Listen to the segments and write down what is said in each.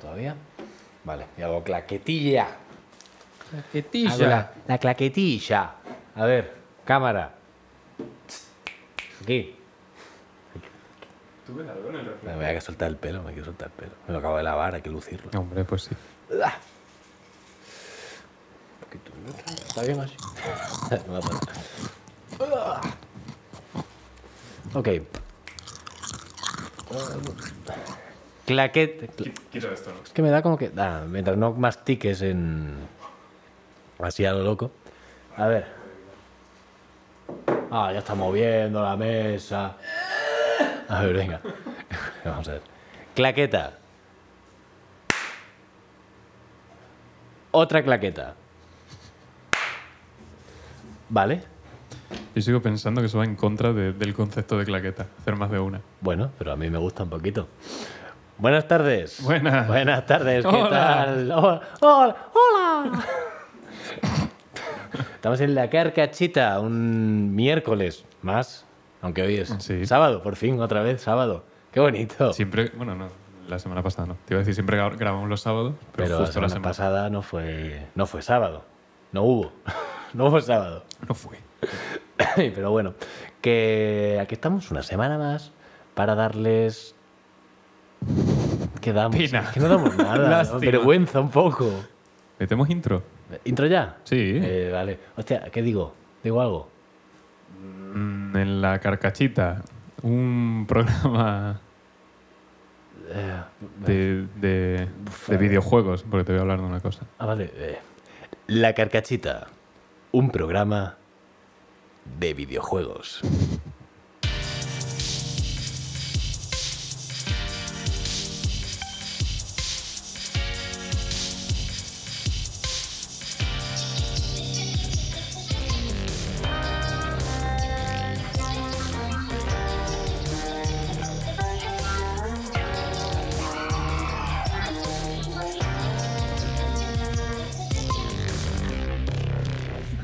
todavía. Vale, y hago claquetilla. Hago la, Cajetilla. la claquetilla. A ver, cámara. Aquí. ¿Tú ves algo en el Me reflejo? voy a que soltar el pelo, me quiero soltar el pelo. Me lo acabo de lavar, hay que lucirlo. Hombre, pues sí. Está bien así. Me va a poner. ok. Claquet. Qui- Quita esto, ¿no? Es que me da como que. Ah, mientras no mastiques en. Así a lo loco. A ver. Ah, ya está moviendo la mesa. A ver, venga. Vamos a ver. Claqueta. Otra claqueta. Vale. Yo sigo pensando que eso va en contra de- del concepto de claqueta, hacer más de una. Bueno, pero a mí me gusta un poquito. Buenas tardes. Buenas. Buenas tardes. ¿Qué Hola. tal? Hola. Hola. hola. Estamos en la carcachita un miércoles más, aunque hoy es Sí. sábado, por fin, otra vez sábado. Qué bonito. Siempre, bueno, no, la semana pasada no. Te iba a decir, siempre gra- grabamos los sábados, pero, pero la justo semana, la semana pasada pasada no fue, no fue sábado. No hubo. no hubo sábado. no fue. Pero bueno, que aquí estamos una semana más para darles. ¿Qué damos? Pena. Es que no damos nada. ¿no? Lástima. Vergüenza un poco. ¿Metemos intro? ¿Intro ya? Sí. Eh, vale. Hostia, ¿qué digo? ¿Digo algo? Mm, En la carcachita, un programa Eh, de, de, de videojuegos, porque te voy a hablar de una cosa. ah, vale. eh. La Carcachita. Un programa de videojuegos.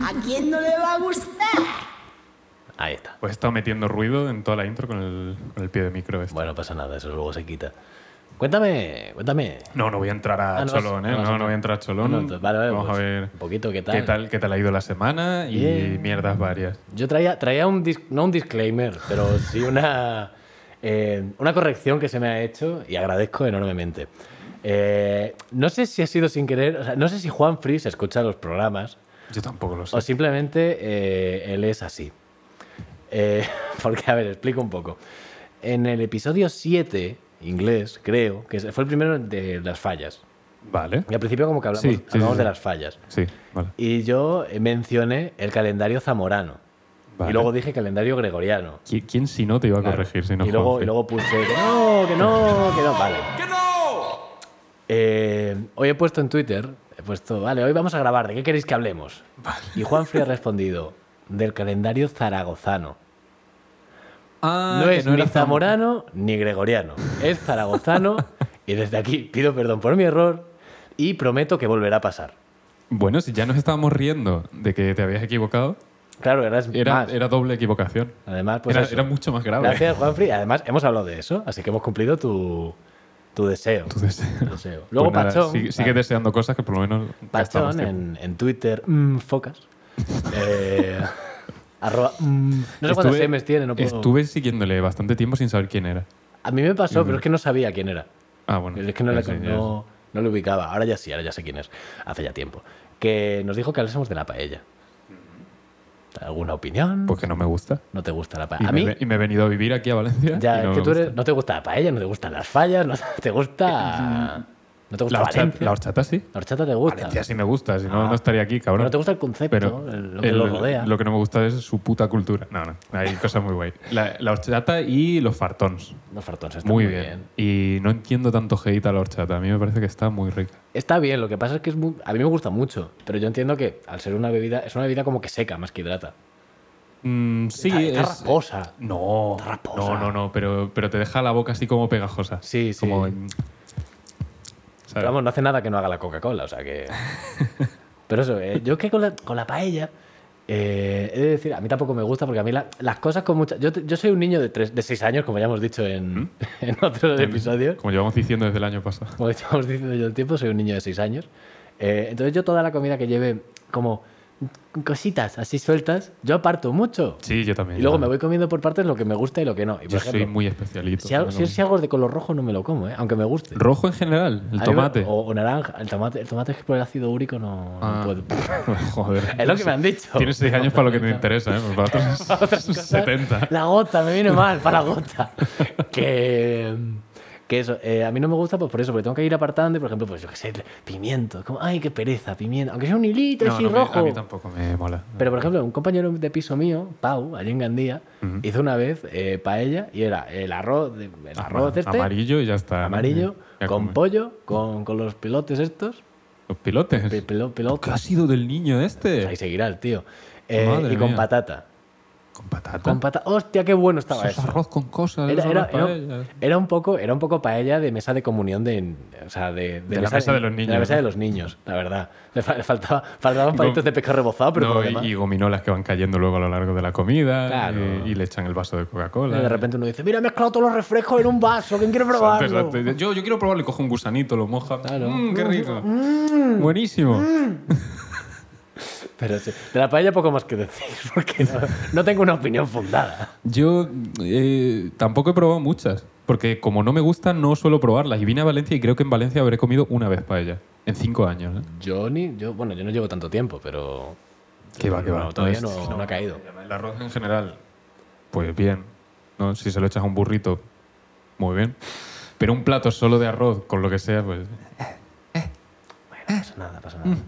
¿A quién no le va a gustar? Ahí está. Pues he estado metiendo ruido en toda la intro con el, con el pie de micro este. Bueno, no pasa nada, eso luego se quita. Cuéntame, cuéntame. No, no voy a entrar a Ah, no vas- Cholón, ¿eh? no vas a No, no voy a entrar a Cholón. No, no, vale, vale, Vamos pues, a ver Un poquito, ¿qué tal? qué tal, qué tal ha ido la semana y Bien. mierdas varias. Yo traía, traía un, dis- no un disclaimer, pero sí una, eh, una corrección que se me ha hecho y agradezco enormemente. Eh, no sé si ha sido sin querer, o sea, no sé si Juan Fris escucha los programas Yo tampoco lo sé. o simplemente eh, él es así. Eh, porque, a ver, explico un poco. En el episodio 7, inglés, creo, que fue el primero de las fallas. Vale. Y al principio como que hablamos, Sí, sí, hablamos sí, de sí. las fallas. Sí, vale. Y yo eh, mencioné el calendario zamorano. Y Vale. luego dije calendario gregoriano. ¿Qui- ¿Quién si no te iba a Claro. corregir? Si no y, luego, Juanfe? y luego puse que no, que no, que no. Vale. ¡Que no! hoy he puesto en Twitter, he puesto, vale, hoy vamos a grabar, ¿de qué queréis que hablemos? Y Juanfrey ha respondido, del calendario zaragozano. Ah, no que es era ni zamorano ni gregoriano, es zaragozano. y desde aquí pido perdón por mi error y prometo que volverá a pasar. Bueno, si ya nos estábamos riendo de que te habías equivocado, Claro, era, era, más. era doble equivocación. Además, pues era, eso. era mucho más grave. Gracias, Juanfrey. Además, hemos hablado de eso, así que hemos cumplido tu, tu deseo. Tu deseo. deseo. Luego Pues nada, Pachón. Sigue, sigue vale. deseando cosas que por lo menos. gastamos Pachón tiempo. en, en Twitter, mm, focas. Eh, arroba, mm, no sé cuántas Estuve- M's tiene, no puedo. Estuve siguiéndole bastante tiempo sin saber quién era. A mí me pasó, pero es que no sabía quién era. Ah, bueno. Es que no, le, Sí, ya es. no, no le ubicaba. Ahora ya sí, ahora ya sé quién es. Hace ya tiempo. Que nos dijo que hablásemos de la paella. ¿Alguna opinión? Porque no me gusta. no te gusta la Pues Y, paella. A me, mí, ve- y me he venido a vivir aquí a Valencia. ya, y es no que me tú eres- gusta. no te gusta la paella, no te gustan las fallas, no te gusta. No te gusta Mm. La horchata, Valencia. la horchata sí. La horchata te gusta. Valencia sí me gusta, si no, Ah. no estaría aquí, cabrón. Pero te gusta el concepto, el- lo que lo rodea. Lo que no me gusta es su puta cultura. No, no, hay cosas muy guay. La, la horchata y los fartons. Los fartones están Muy, bien. Y no entiendo tanto hate a la horchata. A mí me parece que está muy rica. Está bien, lo que pasa es que es muy- a mí me gusta mucho, pero yo entiendo que al ser una bebida, es una bebida como que seca, más que hidrata. Mm, sí, Está- está es- rasposa. No, Está rasposa. no, no, no, pero, pero te deja la boca así como pegajosa. Sí, sí. Como, en- Pero ¿sabes? vamos, no hace nada que no haga la Coca-Cola, o sea que... Pero eso, eh, yo es que con la, con la paella Eh, he de decir, a mí tampoco me gusta porque a mí la- las cosas con mucha. Yo, te- yo soy un niño de, tres, de seis años, como ya hemos dicho ¿Mm? en, en otros episodios. Como llevamos diciendo desde el año pasado. Como estamos diciendo yo el tiempo, soy un niño de seis años. Eh, entonces, yo toda la comida que lleve como cositas así sueltas, yo aparto mucho. Sí, yo también. Y luego yo me voy también. comiendo por partes lo que me gusta y lo que no. Y, por Yo ejemplo, soy muy especialito. si, algo, Yo si, no- si algo es de color rojo, no me lo como, ¿eh? aunque me guste. Rojo en general, el A mí me- tomate. O, o naranja. El tomate, el tomate es que por el ácido úrico no, no Ah. puedo. Joder. Es lo que me han dicho. Tienes 6 años para lo que te interesa, ¿eh? Pues Para otros 70. La gota, me viene mal para la gota. que, que eso, eh, a mí no me gusta pues por eso, porque tengo que ir apartando y, por ejemplo, pues yo qué sé, pimiento. Como, ay, qué pereza, pimiento. Aunque sea un hilito así me- rojo. a mí tampoco me mola. Pero, por ejemplo, un compañero de piso mío, Pau, allí en Gandía, hizo una vez eh, paella y era el arroz, de- el Ah, arroz bueno, este, Amarillo y ya está. ¿no? amarillo, Ya con come. pollo, con, con los pilotes estos. Los pilotes. pe- pelo- ¿Qué pelotas. ha sido del niño este? Ahí seguirá el tío. Eh, Madre y con mía. patata. Con patata. Con patata. ¡Hostia, qué bueno estaba Eso es eso! arroz con cosas. Era, eso era- no es era- paella. era un poco, era un poco paella de mesa de comunión de, o sea, de, De la mesa de los la niños, mesa ¿no? de los niños, la verdad. Le fa- le faltaba, faltaban palitos de pescado rebozado, pero No, por lo y- demás. y, gominolas que van cayendo luego a lo largo de la comida. eh, Claro. Y, y le echan el vaso de Coca-Cola. de repente uno dice, mira, he mezclado todos los refrescos en un vaso, ¿quién quiere probarlo? eh. Exacto, exacto. Y dice, Yo, yo quiero probarlo. Y cojo un gusanito, lo moja. Claro. Mm, qué rico. Mm. Buenísimo. Pero sí, de la paella poco más que decir, porque no, no tengo una opinión fundada. Yo eh, tampoco he probado muchas, porque como no me gustan, no suelo probarlas. Y vine a Valencia y creo que en Valencia habré comido una vez paella. En cinco años. ¿eh? Yo ni, yo, bueno, yo no llevo tanto tiempo, pero Qué va, qué va. Pues No, todavía No, no, no ha caído. El arroz en general, pues bien. ¿no? Si se lo echas a un burrito, muy bien. Pero un plato solo de arroz, con lo que sea, pues No pasa nada, pasa Mm, nada.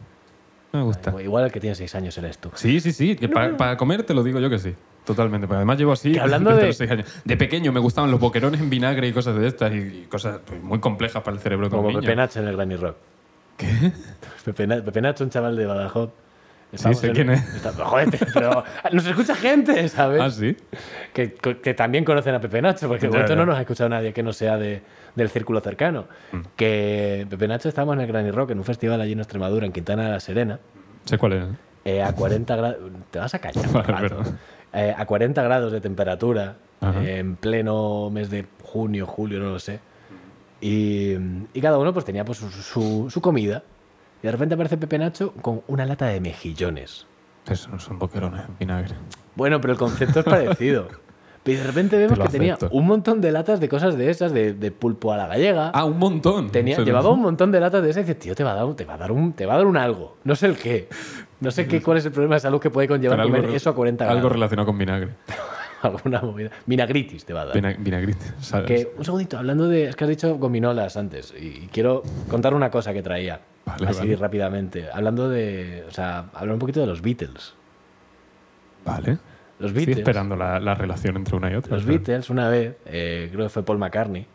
no me gusta. Igual el que tiene seis años eres tú. Sí, sí, sí. que para, para comer te lo digo yo que sí. Totalmente. Pero además llevo así Que hablando desde de- los seis años. De pequeño me gustaban los boquerones en vinagre y cosas de estas. Y, y cosas pues, muy complejas para el cerebro de un Como niño. Pepe Nacho en el Granny Rock. ¿Qué? Pepe, Na- Pepe Nacho, un chaval de Badajoz. Estábamos sé en- quién es. está- joder, pero nos escucha gente, ¿sabes? Ah, sí. que, que también conocen a Pepe Nacho, porque de Ya, momento ya. no nos ha escuchado nadie que no sea de- del círculo cercano. Mm. Que Pepe Nacho estábamos en el Granny Rock, en un festival allí en Extremadura, en Quintana de la Serena, Sé cuál es. eh, a 40 grados... Te vas a callar un Vale, rato. perdón. Eh, a 40 grados de temperatura, Ajá. eh, en pleno mes de junio, julio, no lo sé. Y, y cada uno pues tenía pues, su, su- su comida. Y de repente aparece Pepe Nacho con una lata de mejillones. Eso no son boquerones en vinagre. Bueno, pero el concepto es parecido. Pero de repente vemos Te que lo tenía acepto. un montón de latas de cosas de esas, de, de pulpo a la gallega. Ah, un montón. tenía, O sea, llevaba un montón de latas de esas y dice, tío, te va a dar, un- te va a dar un, te va a dar un algo. No sé el qué. No sé qué, cuál es el problema de salud que puede pero conllevar algo comer re- eso a 40 Algo grados. relacionado con vinagre. Alguna movida. Vinagritis te va a dar. Vina- Vinagrete. ¿sabes? Que, un segundito, hablando de. Es que has dicho gominolas antes. Y, y quiero contar una cosa que traía. Vale, así vale. rápidamente. Hablando de. O sea, hablar un poquito de los Beatles. Vale. Los Estoy Beatles. esperando la, la relación entre una y otra. los o sea. Beatles, una vez, eh, creo que fue Paul McCartney,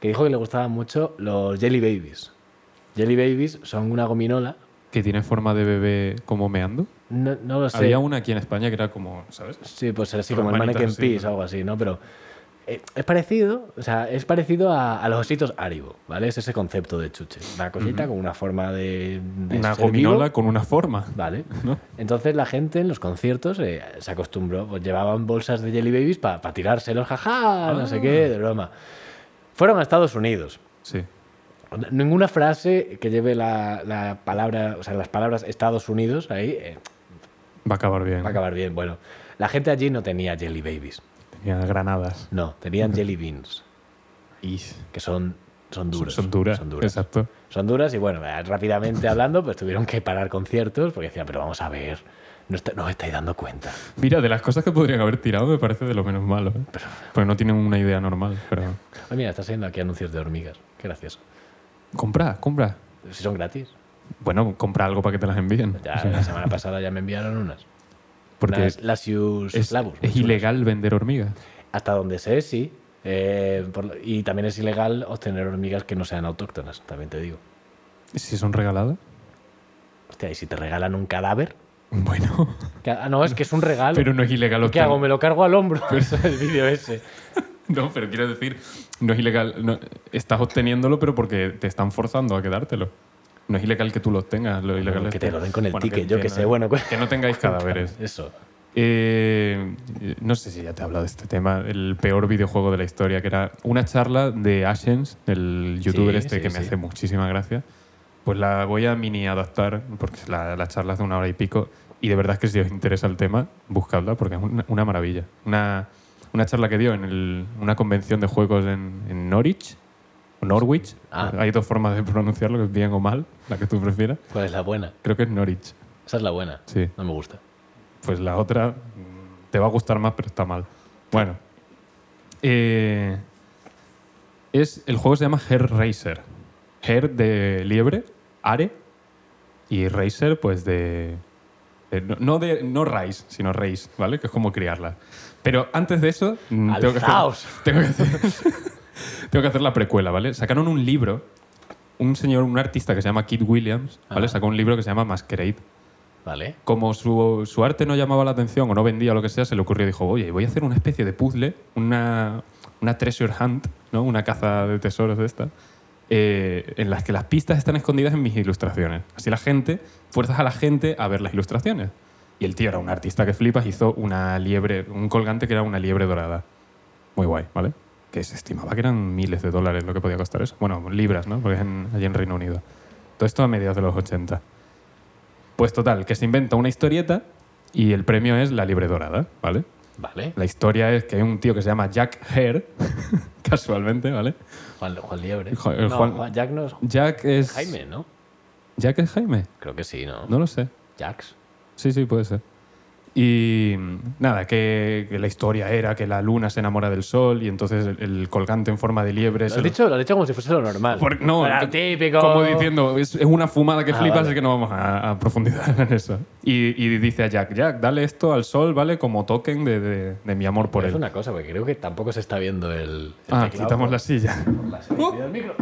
que dijo que le gustaban mucho los Jelly Babies. Jelly Babies son una gominola. Que tiene forma de bebé como meando. No, no lo sé. Había una aquí en España que era como, ¿sabes? Sí, pues era así Con como el las manitas Mannequin así, Peace ¿no? o algo así, ¿no? Pero eh, es parecido, o sea, es parecido a, a los ositos Aribo, ¿vale? Es ese concepto de chuche. Una cosita con una forma de. de Una ser vivo, gominola con una forma. Vale. ¿No? Entonces la gente en los conciertos eh, se acostumbró, pues llevaban bolsas de Jelly Babies para tirárselos, jaja, no Ah. sé qué, de broma. Fueron a Estados Unidos. Sí. Ninguna frase que lleve la, la palabra, o sea, las palabras Estados Unidos ahí eh, Va a acabar bien. va a acabar bien. Bueno, la gente allí no tenía Jelly Babies, Tenía granadas. no, tenían Jelly Beans, Y que son, son duras. Son duras. Son duras. Exacto. Son duras y bueno, eh, rápidamente hablando, pues tuvieron que parar conciertos porque decían, pero vamos a ver, no, está- no os estáis dando cuenta. Mira, de las cosas que podrían haber tirado me parece de lo menos malo. ¿eh? Porque no tienen una idea normal. Pero... Ay, "Ah, mira, está saliendo aquí anuncios de hormigas. Qué gracioso. Compra, compra. Si son gratis. Bueno, compra algo para que te las envíen. Ya O sea, la semana pasada ya me enviaron unas. porque unas Lasius es, Flavus. es ilegal vender hormigas. Hasta donde sé, sí. Eh, por lo- y también es ilegal obtener hormigas que no sean autóctonas, también te digo. ¿Y Si son regaladas. Hostia, y si te regalan un cadáver. Bueno, Que- ah, no, es que es un regalo. pero no es ilegal ¿Qué obtener- hago? Me lo cargo al hombro. Eso es el vídeo ese. No, pero quiero decir, no es ilegal. no- estás obteniéndolo, pero porque te están forzando a quedártelo. No es ilegal que tú los tengas. Lo ilegal es que te lo den con el bueno, ticket, yo que no- sé. Bueno, cu- Que no tengáis cadáveres. Eso. Eh, eh, no sé si ya te he hablado de este tema, el peor videojuego de la historia, que era una charla de Ashens, el youtuber Sí, este sí, que me sí. hace muchísima gracia. Pues la voy a mini adaptar, porque la, la charla es de una hora y pico, y de verdad es que si os interesa el tema, buscadla, porque es una, una maravilla. Una, una charla que dio en el- una convención de juegos en, en Norwich, o Norwich. Ah. Hay dos formas de pronunciarlo, que es bien o mal, la que tú prefieras. ¿Cuál es la buena? Creo que es Norwich. Esa es la buena. Sí. No me gusta. pues la otra mm, te va a gustar más, pero está mal. Bueno. Eh, es, el juego se llama Hair Racer. Hair de liebre, are, y Racer, pues de. de- no- no, de, no Rice, sino Race, ¿vale? Que es como criarla. Pero antes de eso, mm, tengo que, Alzaos. hacer, tengo, que hacer, tengo que hacer la precuela, ¿vale? Sacaron un libro, un señor, un artista que se llama Kid Williams, ¿vale? Ah. Sacó un libro que se llama Masquerade ¿Vale? como su, su arte no llamaba la atención o no vendía o lo que sea, se le ocurrió y dijo, oye, voy a hacer una especie de puzzle, una, una treasure hunt, ¿no? una caza de tesoros de esta, eh, en las que las pistas están escondidas en mis ilustraciones. Así la gente, fuerzas a la gente a ver las ilustraciones. Y el tío era un artista que flipas, hizo una liebre, un colgante que era una liebre dorada. Muy guay, ¿vale? Que se estimaba que eran miles de dólares lo que podía costar eso. Bueno, libras, ¿no? Porque es en- allí en Reino Unido. Todo esto a mediados de los 80. Pues total, que se inventa una historieta y el premio es la libre dorada, ¿vale? ¿Vale? La historia es que hay un tío que se llama Jack Hare, casualmente, ¿vale? Juan, Juan Liebre. Jo- el no, eh, Juan- Juan- Jack no es Jack es... Jaime, ¿no? Jack es Jaime. Creo que sí, ¿no? No lo sé. Jax. Sí, sí, puede ser. Y mm, nada, que, que la historia era que la luna se enamora del sol y entonces el, el colgante en forma de liebre... Lo se has, lo- dicho, lo has dicho como si fuese lo normal. Por- no, Era que- típico. Como diciendo, es, es una fumada que Ah, flipas, vale. así que no vamos a, a profundizar en eso. Y, y dice a Jack, Jack, dale esto al sol, ¿vale? Como token de, de- de mi amor por Es él. una cosa, porque creo que tampoco se está viendo el. el Ah, teclado por- quitamos la ¡Oh! silla. por la selección del micro.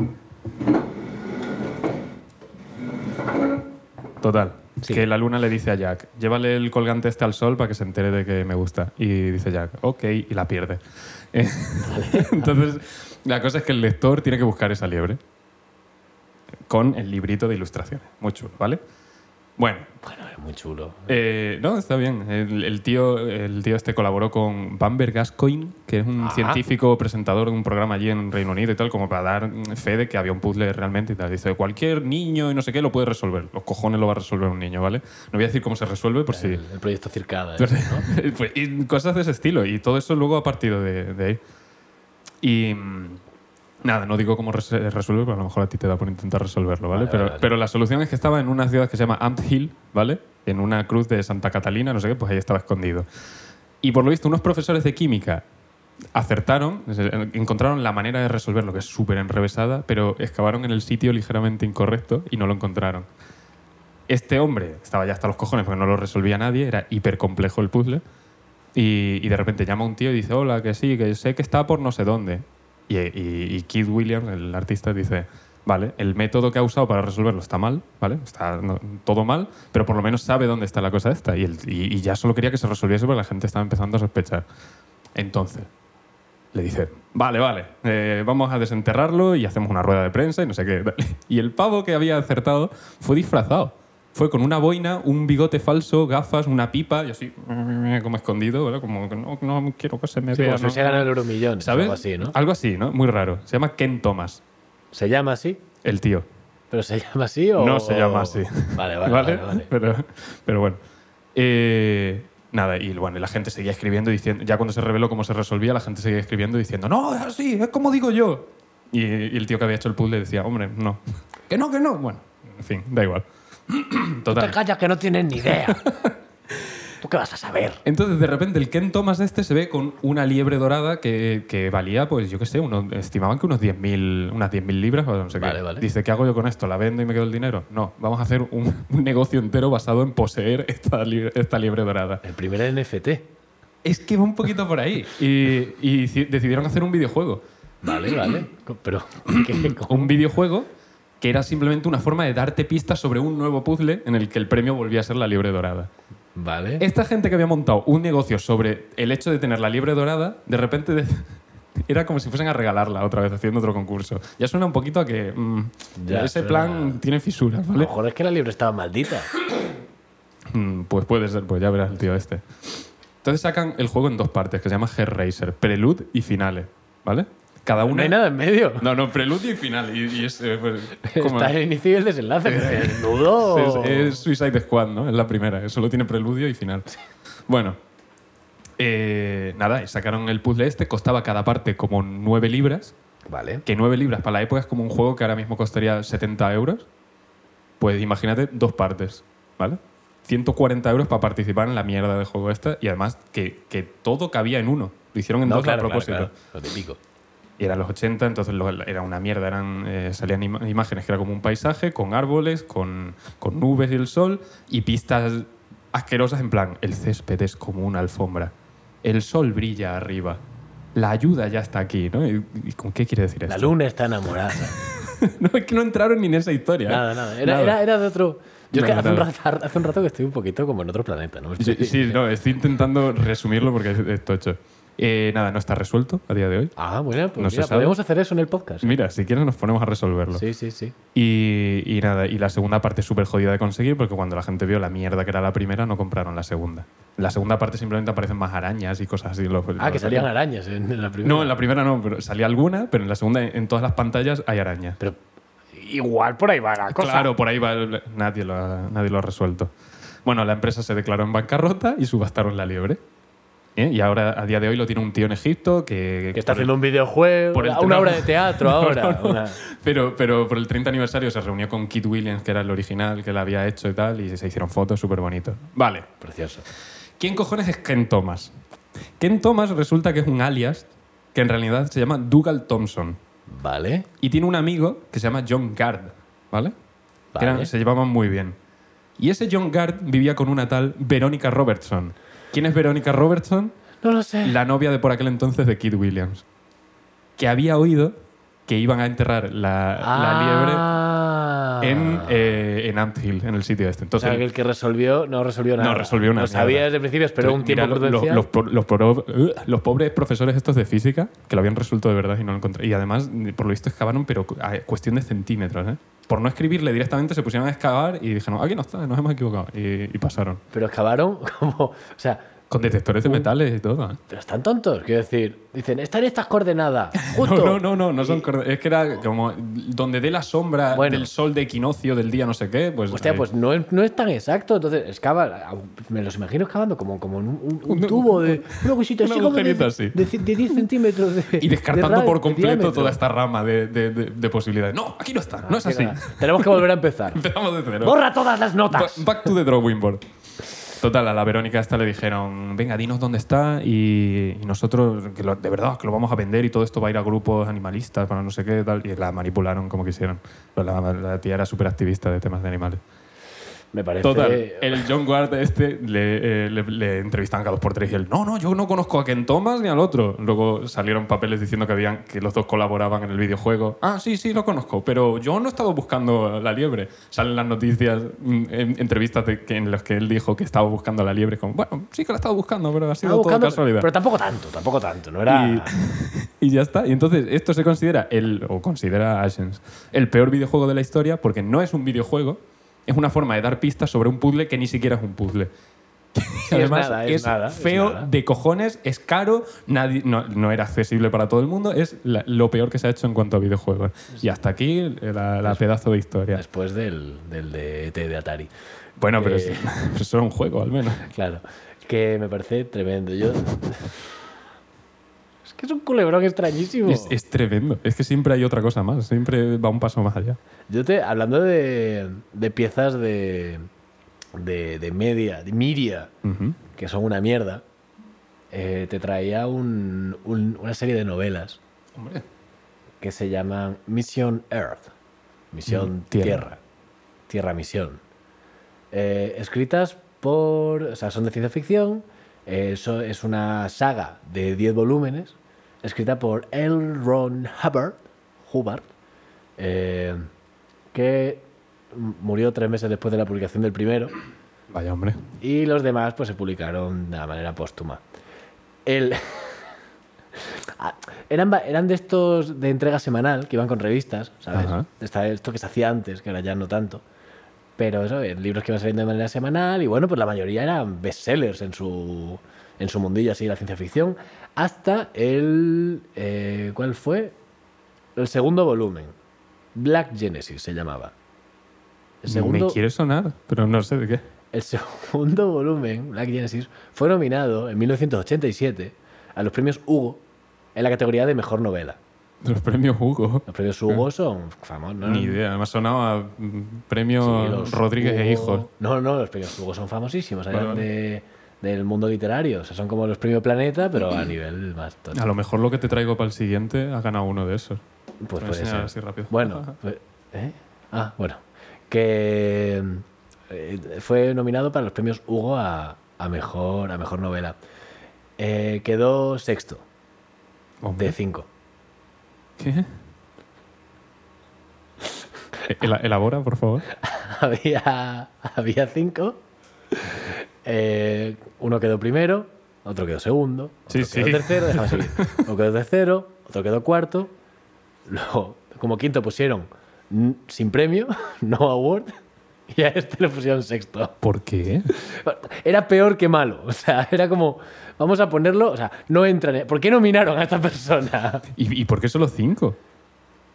Total. Sí. Que la luna le dice a Jack, llévale el colgante este al sol para que se entere de que me gusta. Y dice Jack, ok, y la pierde. Eh, Entonces, la cosa es que el lector tiene que buscar esa liebre con el librito de ilustraciones. Muy chulo, ¿vale? Bueno, Bueno, es muy chulo. Eh, no, está bien. El, el tío, el tío este colaboró con Bamber Gascoigne, que es un Ajá. científico presentador de un programa allí en Reino Unido y tal, como para dar mm, fe de que había un puzzle realmente y tal. Dice, cualquier niño y no sé qué lo puede resolver. Los cojones lo va a resolver un niño, ¿vale? No voy a decir cómo se resuelve por si... El, el proyecto Circada. ¿eh? Entonces, pues, y cosas de ese estilo. Y todo eso luego ha partido de, de ahí. Y mm, nada, no digo cómo res- eh, resuelve, pero a lo mejor a ti te da por intentar resolverlo, ¿vale? Vale, pero, vale, vale. pero la solución es que estaba en una ciudad que se llama Amt Hill, ¿vale? En una cruz de Santa Catalina, no sé qué, pues ahí estaba escondido. Y por lo visto, unos profesores de química acertaron, es- encontraron la manera de resolverlo, que es súper enrevesada, pero excavaron en el sitio ligeramente incorrecto y no lo encontraron. Este hombre estaba ya hasta los cojones porque no lo resolvía nadie, era hiper complejo el puzzle. Y, y de repente llama un tío y dice, hola, que sí, que sé que está por no sé dónde. Y, y, y Keith Williams, el artista, dice, vale, el método que ha usado para resolverlo está mal, ¿vale? Está no- todo mal, pero por lo menos sabe dónde está la cosa esta. Y, el- y- y ya solo quería que se resolviese porque la gente estaba empezando a sospechar. Entonces, le dice, vale, vale, eh, vamos a desenterrarlo y hacemos una rueda de prensa y no sé qué. tal". Y el pavo que había acertado fue disfrazado. Fue con una boina, un bigote falso, gafas, una pipa y así, como escondido, ¿verdad? Como que no, no quiero que se me Sí, vea. como si ¿no? se gana el euromillón. ¿Sabes? Ah. Algo así, ¿no? Algo así, ¿no? Muy raro. Se llama Ken Thomas, ¿Se llama así? el tío. ¿Pero se llama así o.? No se llama así. Vale, vale. ¿Vale? vale, vale. Pero, pero bueno. Eh, nada, y bueno, la gente seguía escribiendo diciendo. Ya cuando se reveló cómo se resolvía, la gente seguía escribiendo diciendo, no, es así, es como digo yo. Y, y el tío que había hecho el puzzle decía, hombre, no. Que no, que no. Bueno, en fin, da igual. Te Total. callas que no tienes ni idea. ¿Tú qué vas a saber? Entonces, de repente, el Ken Thomas este se ve con una liebre dorada que, que valía, pues yo qué sé, unos- estimaban que unos 10.000 unas 10.000 libras o no sé qué. Vale, vale. Dice, ¿qué hago yo con esto? ¿La vendo y me quedo el dinero? No, vamos a hacer un, un negocio entero basado en poseer esta, liebre- esta liebre dorada. El primer NFT. Es que va un poquito por ahí. Y, y ci- decidieron hacer un videojuego. Vale, vale. Co- Pero, ¿qué? ¿Cómo? Un videojuego que era simplemente una forma de darte pistas sobre un nuevo puzzle en el que el premio volvía a ser la liebre dorada. Vale. Eh, Esta gente que había montado un negocio sobre el hecho de tener la liebre dorada, de repente de- era como si fuesen a regalarla otra vez haciendo otro concurso. Ya suena un poquito a que mm, Ya ese suena- plan tiene fisuras, A lo ¿vale? mejor es que la libre estaba maldita. Mm, Pues puede ser, pues ya verás el tío este. Entonces sacan el juego en dos partes, que se llama Hellraiser, prelude y finales, ¿vale? Cada una... No hay nada en medio. No, no, preludio y final. Y, y es, eh, pues, como- Está el inicio y el desenlace. pero el nudo. es, es Suicide Squad, ¿no? Es la primera. eh, Solo tiene preludio y final. Bueno. eh, nada, y sacaron el puzzle este. Costaba cada parte como 9 libras. Vale. Que 9 libras para la época es como un juego que ahora mismo costaría 70 euros. Pues imagínate dos partes, ¿vale? 140 euros para participar en la mierda de juego esta. Y además que, que todo cabía en uno. Lo hicieron en No, dos claro, a propósito. claro, claro, Lo típico. Y eran los 80, entonces lo- era una mierda. Eran, eh, salían ima- imágenes que era como un paisaje, con árboles, con, con nubes y el sol, y pistas asquerosas en plan, el césped es como una alfombra, el sol brilla arriba, la ayuda ya está aquí, ¿no? ¿Y, y con qué quiere decir La esto? luna está enamorada. no, es que no entraron ni en esa historia. ¿eh? nada, nada. Era, era- era de otro. Yo es que Nada, hace un, nada. rato, hace un rato que estoy un poquito como en otro planeta, ¿no? Sí, Estoy- sí, no, estoy intentando resumirlo porque es, es tocho. Eh, nada, no está resuelto a día de hoy. Ah, bueno, pues No se mira, sabe. podemos hacer eso en el podcast. Mira, si quieres nos ponemos a resolverlo. Sí, sí, sí. Y, y nada, y la segunda parte es súper jodida de conseguir porque cuando la gente vio la mierda que era la primera, no compraron la segunda. La segunda parte simplemente aparecen más arañas y cosas así. los- Ah, que los- salían arañas en, en la primera. No, en la primera no, pero salía alguna, pero en la segunda, en todas las pantallas, hay arañas. Pero igual por ahí va la cosa. Claro, por ahí va. el- nadie, lo ha, nadie lo ha resuelto. Bueno, la empresa se declaró en bancarrota y subastaron la liebre. ¿Eh? Y ahora, a día de hoy, lo tiene un tío en Egipto que. Que está por el- haciendo un videojuego, por el una tema- obra de teatro No, ahora. no, no. una- Pero, pero por el 30 aniversario se reunió con Kit Williams, que era el original, que la había hecho y tal, y se hicieron fotos súper bonitos. Vale. Precioso. ¿Quién cojones es Ken Thomas? Ken Thomas resulta que es un alias que en realidad se llama Dougal Thompson. Vale. Y tiene un amigo que se llama John Gard, ¿vale? Que eran- Vale. se llevaban muy bien. Y ese John Gard vivía con una tal Verónica Robertson. ¿Quién es Verónica Robertson? No lo sé. la novia de por aquel entonces de Kid Williams, que había oído que iban a enterrar la, la Ah. liebre en, eh, en Ant Hill, en el sitio este. O Entonces, sea, que el que resolvió no resolvió nada. No resolvió nada, Lo sabía nada. desde el principio, esperó un tiempo mira, lo- los, prudencial. los pro- los pro- uh, los pobres profesores estos de física, que lo habían resuelto de verdad y no lo encontré. Y además, por lo visto, excavaron, pero cu- a cuestión de centímetros. ¿eh? Por no escribirle directamente, se pusieron a excavar y dijeron, aquí no está, nos hemos equivocado. Y, y pasaron. Pero excavaron como. O sea, Con detectores de metales y todo. ¿eh? pero están tontos. Quiero decir, dicen, están estas coordenadas. Justo. No, no, no, no, no son corde- Es que era como donde dé la sombra Bueno. del sol de equinoccio del día no sé qué, pues... Hostia, ahí. pues no es, no es tan exacto. Entonces, excava, me los imagino excavando como, como en un, un- un Un- tubo de. Una cosita un así como de, agujerito así. de, ci- de 10 centímetros. De, Y descartando de ra- por de completo diámetro. toda esta rama de, de- de- de posibilidades. No, aquí no está, no es así. Mira, Tenemos que volver a empezar. Empezamos de cero. Ah, ¡Borra todas las Ba- notas! Back to the drawing board. Total, a la Verónica esta le dijeron, venga, dinos dónde está y, y nosotros, que lo- de verdad, que lo vamos a vender y todo esto va a ir a grupos animalistas para no sé qué tal. Y la manipularon como quisieron. Pero la, la tía era súper activista de temas de animales. Me parece. eh, Total, el John Ward este le, eh, le- le entrevistan cada dos por tres y él, no, no, yo no conozco a Ken Thomas ni al otro. Luego salieron papeles diciendo que habían que los dos colaboraban en el videojuego. Ah, sí, sí, lo conozco, pero yo no he estado buscando la liebre. Salen las noticias, mm, en- entrevistas de que, en las que él dijo que estaba buscando la liebre, como, bueno, sí que la estaba buscando, pero ha sido Estaba todo buscando- casualidad. pero tampoco tanto, tampoco tanto. No era. Y, y ya está. Y entonces esto se considera, el, o considera Ashens, el peor videojuego de la historia porque no es un videojuego, es una forma de dar pistas sobre un puzzle que ni siquiera es un puzzle. es nada, es nada, es feo nada. de cojones, es caro, nadie, no, no era accesible para todo el mundo, es la- lo peor que se ha hecho en cuanto a videojuegos. Y hasta aquí eh, la, la pedazo de historia. Después del, del de ET de Atari. Bueno, pero Eh. es, pero eso era un juego al menos. Claro. Que me parece tremendo. Yo. Es que es un culebrón extrañísimo. Es, es tremendo, es que siempre hay otra cosa más, siempre va un paso más allá. Yo te. Hablando de, de piezas de. De, de media, de Miria, Ujú. que son una mierda, eh, te traía un- un- una serie de novelas Hombre. que se llaman Mission Earth, Misión Mm, tierra. Tierra, Tierra, Misión. Eh, escritas por, o sea, son de ciencia ficción, eh, so- es una saga de 10 volúmenes, escrita por L. Ron Hubbard, Hubbard eh, que m- murió tres meses después de la publicación del primero Vaya hombre. y los demás pues se publicaron de la manera póstuma. El... Ah, Eran, va- eran de estos de entrega semanal que iban con revistas, ¿sabes? Ajá. Está esto que se hacía antes, que ahora ya no tanto. Pero eso, eh, libros que iban saliendo de manera semanal y bueno, pues la mayoría eran bestsellers en su, en su mundillo así, la ciencia ficción. Hasta el... eh, ¿Cuál fue? El segundo volumen. Black Genesis se llamaba. El segundo, Me quiere sonar, pero no sé de qué. el segundo volumen, Black Genesis, fue nominado en 1987 a los premios Hugo en la categoría de mejor novela. Los premios Hugo. Los premios Hugo son famosos, ¿no? Mm. Ni idea, me ha sonado a mm, Sí, premio los Rodríguez e Hugo- Hijos. No, no, los premios Hugo son famosísimos, eran Vale, vale. de- del mundo literario. O sea, son como los premios Planeta, pero a nivel más tocho. A lo mejor lo que te traigo para el siguiente ha ganado uno de esos. Pues Voy a puede ser. enseñar así rápido. Bueno, pues- ¿eh? Ah, bueno. Que eh, fue nominado para los premios Hugo a, a mejor, a mejor novela. Eh, quedó sexto Hombre, de cinco. ¿Qué? Ela- Elabora, por favor. había, había cinco. Eh, uno quedó primero, otro quedó segundo, otro Sí, sí. quedó tercero, déjame seguir. Uno quedó tercero, otro quedó cuarto. Luego, como quinto pusieron mm, sin premio, no award, y a este le pusieron sexto. ¿Por qué? Era peor que malo. O sea, era como, vamos a ponerlo, o sea, no entran. en- ¿Por qué nominaron a esta persona? ¿Y, y por qué solo cinco?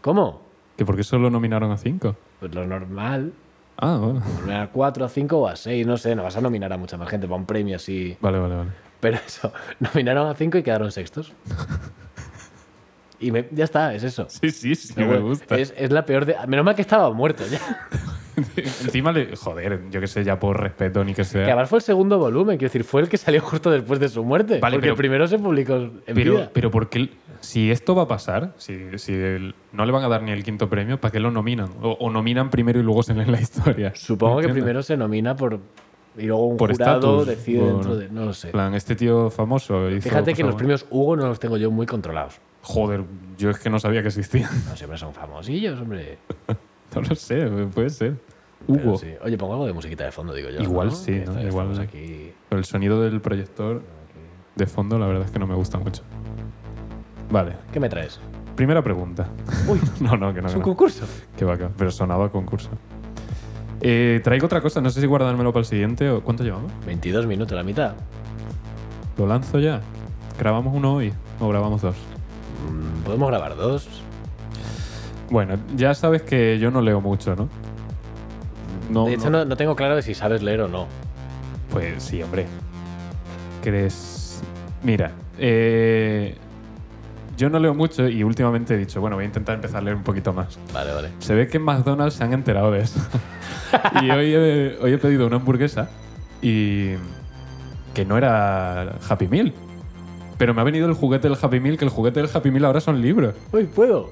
¿Cómo? ¿Que por qué solo nominaron a cinco? Pues lo normal, Ah, bueno. nominar a cuatro, a cinco o a seis, no sé, no vas a nominar a mucha más gente para un premio así. Vale, vale, vale. Pero eso, nominaron a cinco y quedaron sextos. Y me- ya está, es eso. Sí, sí, sí, Pero me bueno, gusta. Es, es la peor de. Menos mal que estaba muerto ya. Encima le. Joder, yo qué sé, ya por respeto ni que sea. Que además fue el segundo volumen, quiero decir, fue el que salió justo después de su muerte. Vale, porque pero- el primero se publicó en Pero, vida. pero ¿por qué? Si esto va a pasar, si, si el- no le van a dar ni el quinto premio, ¿para qué lo nominan? O, o nominan primero y luego se leen la historia. Supongo que ¿Entiendes? primero se nomina por. Y luego un Por jurado estatus, decide por- dentro de. No lo sé. En plan, este tío famoso. hizo Fíjate que cosa los buena. premios Hugo no los tengo yo muy controlados. Joder, yo es que no sabía que existía. No siempre son famosillos, hombre. No lo sé, puede ser. Pero Hugo. sí. Oye, pongo algo de musiquita de fondo, digo yo. Igual ¿no? sí, Que ¿no? esta- Igual- estamos aquí. Pero el sonido del proyector de fondo, la verdad es que no me gusta mucho. Vale, ¿Qué me traes? primera pregunta. Uy, No, no, que no. es Que un no. concurso. Qué vaca, pero sonaba a concurso. Eh, traigo otra cosa, no sé si guardármelo para el siguiente o cuánto llevamos. 22 minutos, la mitad. Lo lanzo ya. Grabamos uno hoy o grabamos dos. Mm, Podemos grabar dos. Bueno, ya sabes que yo no leo mucho, ¿no? No, de hecho, no. no. no tengo claro de si sabes leer o no. Pues sí, hombre. ¿Crees? Mira, eh, yo no leo mucho y últimamente he dicho, bueno, voy a intentar empezar a leer un poquito más. Vale, vale. Se ve que en McDonald's se han enterado de eso. y hoy he, hoy he pedido una hamburguesa y que no era Happy Meal. Pero me ha venido el juguete del Happy Meal, que el juguete del Happy Meal ahora son libros. Uy, puedo.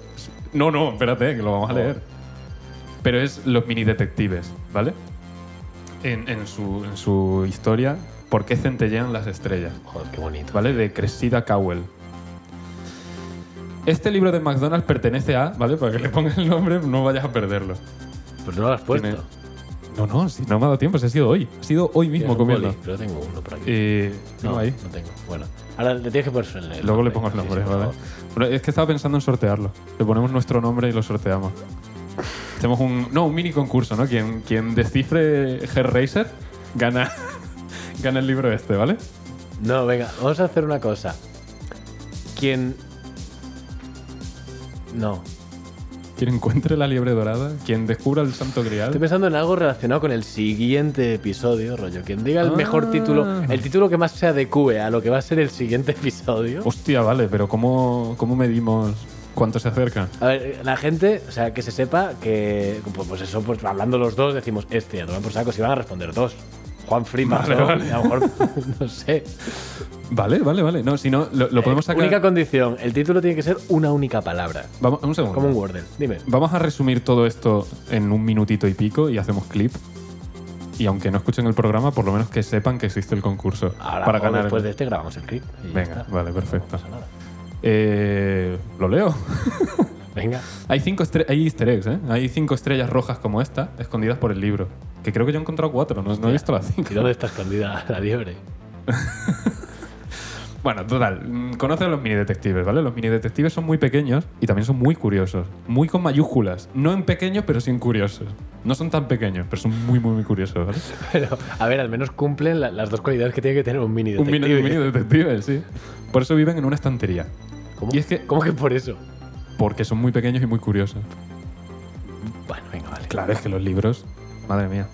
No, no, espérate, que lo vamos a leer. Pero es los mini detectives, ¿vale? En, en su, en su historia, ¿por qué centellean las estrellas? Joder, qué bonito. ¿Vale? De Cressida Cowell. Este libro de McDonald's pertenece a, ¿vale? Para que le pongas el nombre, no vayas a perderlo. Pues no lo has puesto. Tiene- No, no, si no me ha dado tiempo, si ha sido hoy. Ha sido hoy Tienes mismo un comiendo. boli, Pero tengo uno por aquí. Eh, no, no, ahí. no tengo. Bueno, ahora le tienes que poner el- el Luego nombre. le pongo el Sí, sí, nombre, por ¿vale? favor. Pero es que estaba pensando en sortearlo. Le ponemos nuestro nombre y lo sorteamos. Hacemos un, no, un mini concurso, ¿no? Quien, quien descifre Hellraiser gana, gana el libro este, ¿vale? No, venga, vamos a hacer una cosa. Quien. No. Quien encuentre la liebre dorada, quien descubra el santo Estoy grial. pensando en algo relacionado con el siguiente episodio, rollo. Quien diga el mejor Ah. título, el título que más se adecue a lo que va a ser el siguiente episodio. Hostia, vale, pero ¿cómo, cómo medimos cuánto se acerca? A ver, la gente, o sea, que se sepa que, pues, pues eso, pues hablando los dos, decimos, este, a tomar por saco, si van a responder dos. Juan Frima, Vale, vale. a lo mejor, no sé. Vale, vale, vale. No, si no, lo, lo podemos Eh, sacar. Única condición, el título tiene que ser una única palabra. Vamos, un segundo. Como un Wordle, dime. Vamos a resumir todo esto en un minutito y pico y hacemos clip. Y aunque no escuchen el programa, por lo menos que sepan que existe el concurso Ahora, para o ganar. después de este grabamos el clip. y ya Venga, está. vale, perfecto. No pasa nada. Eh, lo leo. Venga, hay, cinco estre- hay easter eggs, ¿eh? Hay cinco estrellas rojas como esta, escondidas por el libro. Que creo que yo he encontrado cuatro, no, no he visto las cinco. ¿y dónde está escondida la liebre? Bueno, total, mm, conoce a los mini detectives, ¿vale? Los mini detectives son muy pequeños y también son muy curiosos, muy con mayúsculas, no en pequeños, pero sí en curiosos. No son tan pequeños, pero son muy, muy, muy curiosos, ¿vale? Pero, a ver, al menos cumplen la- las dos cualidades que tiene que tener un mini Un mini, detective. un mini detective, sí. Por eso viven en una estantería, ¿Cómo? Y es que- ¿Cómo que por eso? porque son muy pequeños y muy curiosos. Bueno, venga, vale. Claro, es que los libros, madre mía.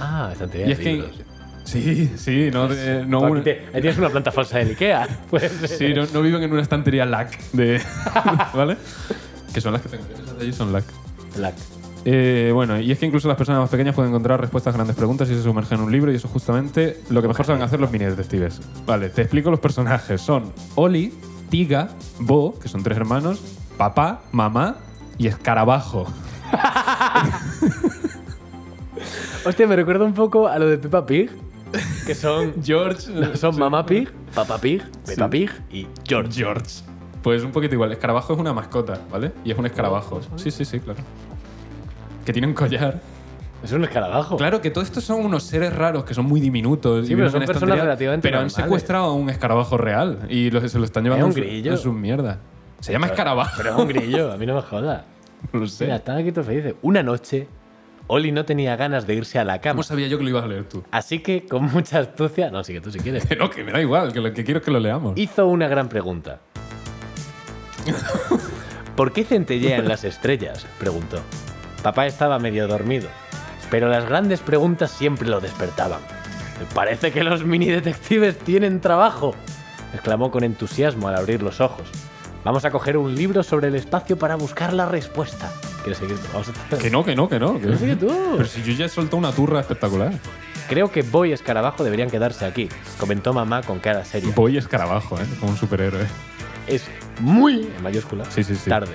Ah, estantería. Y es de que. libros. Sí, sí, no. de- no Paco, un- aquí te- ahí tienes una planta falsa del Ikea. Pues, Sí, no, no viven en una estantería LAC de. ¿Vale? Que son las que tengo. Esas de allí son LAC. Black. Eh, bueno, y es que incluso las personas más pequeñas pueden encontrar respuestas a grandes preguntas si se sumergen en un libro, y eso es justamente lo que mejor saben hacer los mini detectives. Vale, te explico los personajes. Son Oli, Tiga, Bo, que son tres hermanos, papá, mamá y escarabajo. Hostia, me recuerda un poco a lo de Peppa Pig, que son, George. no, son Mamá Pig, Papá Pig, Peppa Sí. Pig y George. George. Pues un poquito igual. Escarabajo es una mascota, ¿vale? Y es un Oh, escarabajo. Sí, sí, sí, claro. Que tiene un collar. Es un escarabajo. Claro que todo esto son unos seres raros que son muy diminutos. Sí, y pero viven son en personas estantería, relativamente Pero han normales. secuestrado a un escarabajo real y lo- se lo están llevando un en su- grillo. en sus mierdas. Se llama escarabajo. Pero es un grillo, a mí no me joda. no lo sé. Mira, están aquí todos felices. Una noche, Oli no tenía ganas de irse a la cama. ¿Cómo sabía yo que lo ibas a leer tú? Así que, con mucha astucia, no, sí que tú si quieres, Que no, que me da igual, que lo que quiero es que lo leamos. hizo una gran pregunta. ¿Por qué centellean las estrellas? preguntó. Papá estaba medio dormido, pero las grandes preguntas siempre lo despertaban. Parece que los mini detectives tienen trabajo, exclamó con entusiasmo al abrir los ojos. Vamos a coger un libro sobre el espacio para buscar la respuesta. ¿Quieres seguir? Vamos a- Que no, que no, que no. que- Sigue tú. Pero si yo ya he soltado una turra espectacular. Creo que Boy y Escarabajo deberían quedarse aquí, comentó mamá con cara seria. Voy escarabajo, ¿eh? Como un superhéroe. es muy, en mayúscula, Sí, sí, sí. tarde.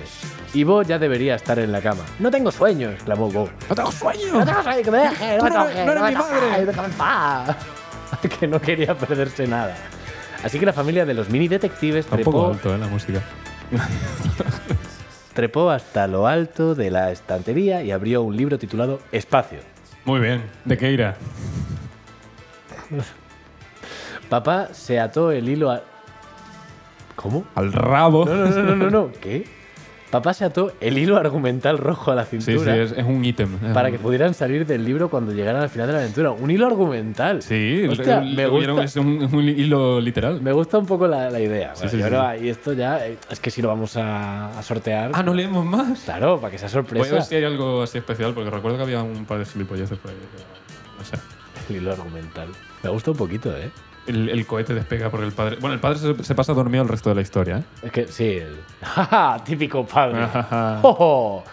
Y Bo ya debería estar en la cama. No tengo sueño, exclamó Bo. ¡No tengo sueño! No tengo sueño, que me deje, no me Tú no- toque, no eres me mi toque, madre. déjame en paz. que no quería perderse nada. Así que la familia de los mini detectives Está un poco trepó, alto, ¿eh? La música. trepó hasta lo alto de la estantería y abrió un libro titulado Espacio. Muy bien. ¿De qué irá? Papá se ató el hilo a... ¿Cómo? Al rabo. No, no, no, no, no, no. ¿Qué? Papá se ató el hilo argumental rojo a la Sí, sí, cintura. es, es un ítem. Es para un- que pudieran salir del libro cuando llegaran al final de la aventura. Un hilo argumental. Sí, Hostia, le- me, hubieron- gusta, es un, es un hilo literal. me gusta un poco la, la idea. Sí, Bueno, sí, yo sí. creo- Y esto ya, eh, es que si lo vamos a, a sortear, Ah, no leemos más. claro, para que sea Voy a sorpresa. ver si hay algo así especial, porque recuerdo que había un par de gilipolleces por ahí. que- No sé. El hilo argumental. Me gusta un poquito, ¿eh? El, el cohete despega porque el padre. Bueno, el padre se, se pasa dormido el resto de la historia, ¿eh? Es que sí, el... ¡Ja, ja! típico padre. Ja, ja, ja. ¡Oh!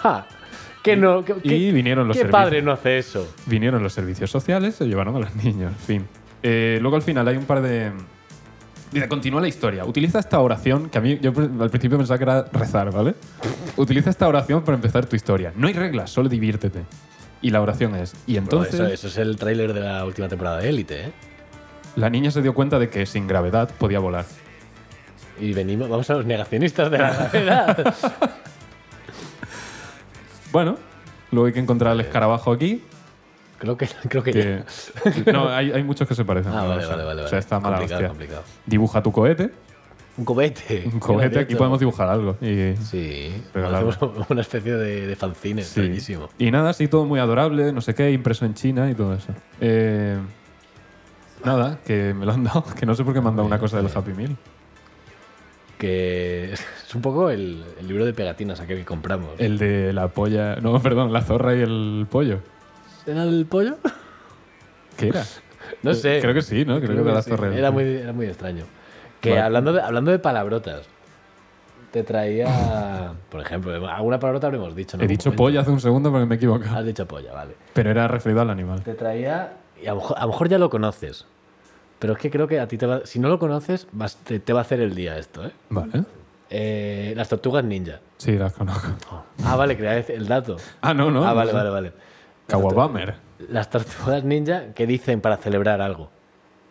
¡Ja! Que no, que- y que- vinieron los ¿Qué servicios. padre no hace eso? Vinieron los servicios sociales, se llevaron a los niños, en fin. Eh, luego al final hay un par de. Dice, continúa la historia. Utiliza esta oración, que a mí yo al principio pensaba que era rezar, ¿vale? Utiliza esta oración para empezar tu historia. No hay reglas, solo diviértete. Y la oración es. Y entonces. Bueno, eso, eso es el tráiler de la última temporada de Élite, ¿eh? La niña se dio cuenta de que sin gravedad podía volar. Y venimos, vamos a los negacionistas de la gravedad. Bueno, luego hay que encontrar al escarabajo aquí. creo que, creo que, ya. Que... No, hay, hay muchos que se parecen. Ah, pero vale, no sé. vale, vale. O sea, está mala complicado, hostia. complicado. Dibuja tu cohete. Un cobete. Un cohete, aquí podemos dibujar algo. Y... Sí, Regalarlo. hacemos una especie de, de fanzine, Sí. bellísimo. Y nada, sí, todo muy adorable, no sé qué, impreso en China y todo eso. Eh, nada, que me lo han dado, que no sé por qué me han dado una cosa del Happy Meal. Que es un poco el, el libro de pegatinas aquel que compramos. El de la polla, no, perdón, la zorra y el pollo. ¿Era el pollo? ¿Qué era? No sé. Creo que sí, ¿no? Creo, que, de la sí. zorra. y el Era pollo. muy, era muy extraño. Que Vale. hablando, de, hablando de palabrotas, te traía, por ejemplo, alguna palabrota habremos dicho. en He algún dicho momento. pollo hace un segundo porque me he equivocado. Has dicho polla, vale. Pero era referido al animal. Te traía, y a lo, mejor, a lo mejor ya lo conoces, pero es que creo que a ti te va, si no lo conoces, vas- te, te va a hacer el día esto, ¿eh? Vale. Eh, las tortugas ninja. Sí, las conozco. Ah, vale, quería decir el dato. Ah, no, no. ah, vale, no sé. vale, vale. Kawabummer. Las tortugas ninja que dicen para celebrar algo.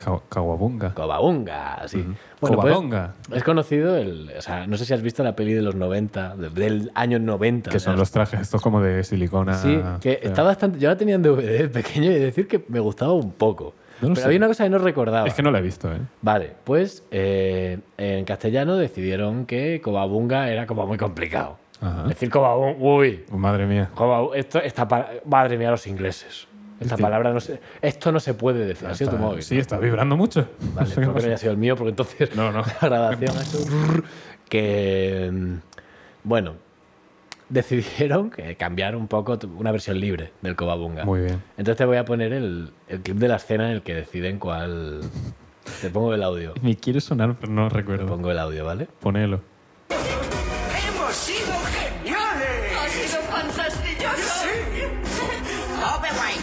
Kawa- Kawabunga. Cobabunga, así. pues, Cobabonga. es conocido el. O sea, no sé si has visto la peli de los 90, de- del año 90. Que o son sea, los Ah, trajes estos como de silicona. Sí, que fea. está bastante. Yo la tenía en DVD de pequeño y decir que me gustaba un poco. No lo Pero sé. había una cosa que no recordaba. Es que no la he visto, ¿eh? Vale, pues eh, en castellano decidieron que Covabunga era como muy complicado. Ajá. Decir Covabunga, uy, Oh, madre mía. Covab- esto, esta pa- madre mía, los ingleses. Esta Sí. palabra no se, esto no se puede decir. Ha sido tu Está- móvil. Sí, está vibrando mucho. Vale, No sé qué espero que pasa. no haya sido el mío, porque entonces No, no. la grabación ha hecho un que mm, bueno decidieron que cambiar un poco tu- una versión libre del Covabunga. Muy bien. Entonces te voy a poner el, el clip de la escena en el que deciden cuál. Te pongo el audio. Me quiere sonar, pero no Te recuerdo. pongo el audio, ¿vale? Ponelo. ¡Hemos sido geniales! Ha sido fantástico. Oberwein.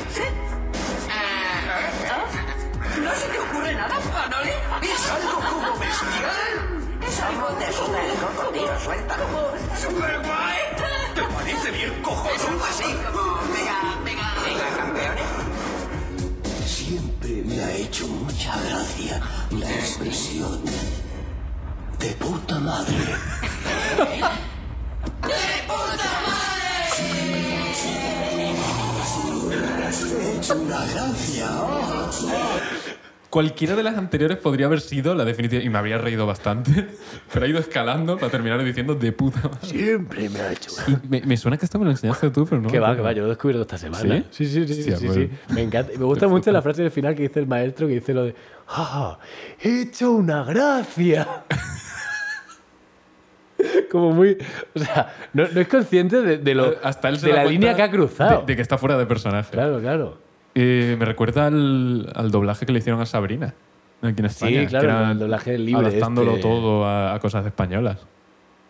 Ah. ¿No se te ocurre nada, Manoli? ¡Es algo como bestial! Es algo de ¡Loco, tío, suéltalo! ¡Super guay! ¿Te parece bien cojonudo así? Venga, venga. Venga, campeones. Siempre me ha hecho mucha gracia la expresión de puta madre. Cualquiera de las anteriores podría haber sido la definitiva, y me habría reído bastante, pero ha ido escalando para terminar diciendo de puta madre. Siempre me ha hecho. Y me, me suena que esto me lo enseñaste tú, pero no. Que va, recuerdo. que va, yo lo he descubierto esta semana. ¿Sí? Sí, sí, sí, sí, Hostia, sí, pues- sí. Me encanta. Y Me gusta mucho la frase del final que dice el maestro, que dice lo de ¡Ah! ¡He hecho una gracia! Como muy. O sea, no, no es consciente de, de lo, Eh, Hasta él se de da la cuenta línea que ha cruzado. De, de que está fuera de personaje. Claro, claro. Eh, me recuerda al, al doblaje que le hicieron a Sabrina. Aquí en España. claro, que era el doblaje libre Adaptándolo este. todo a, a cosas españolas.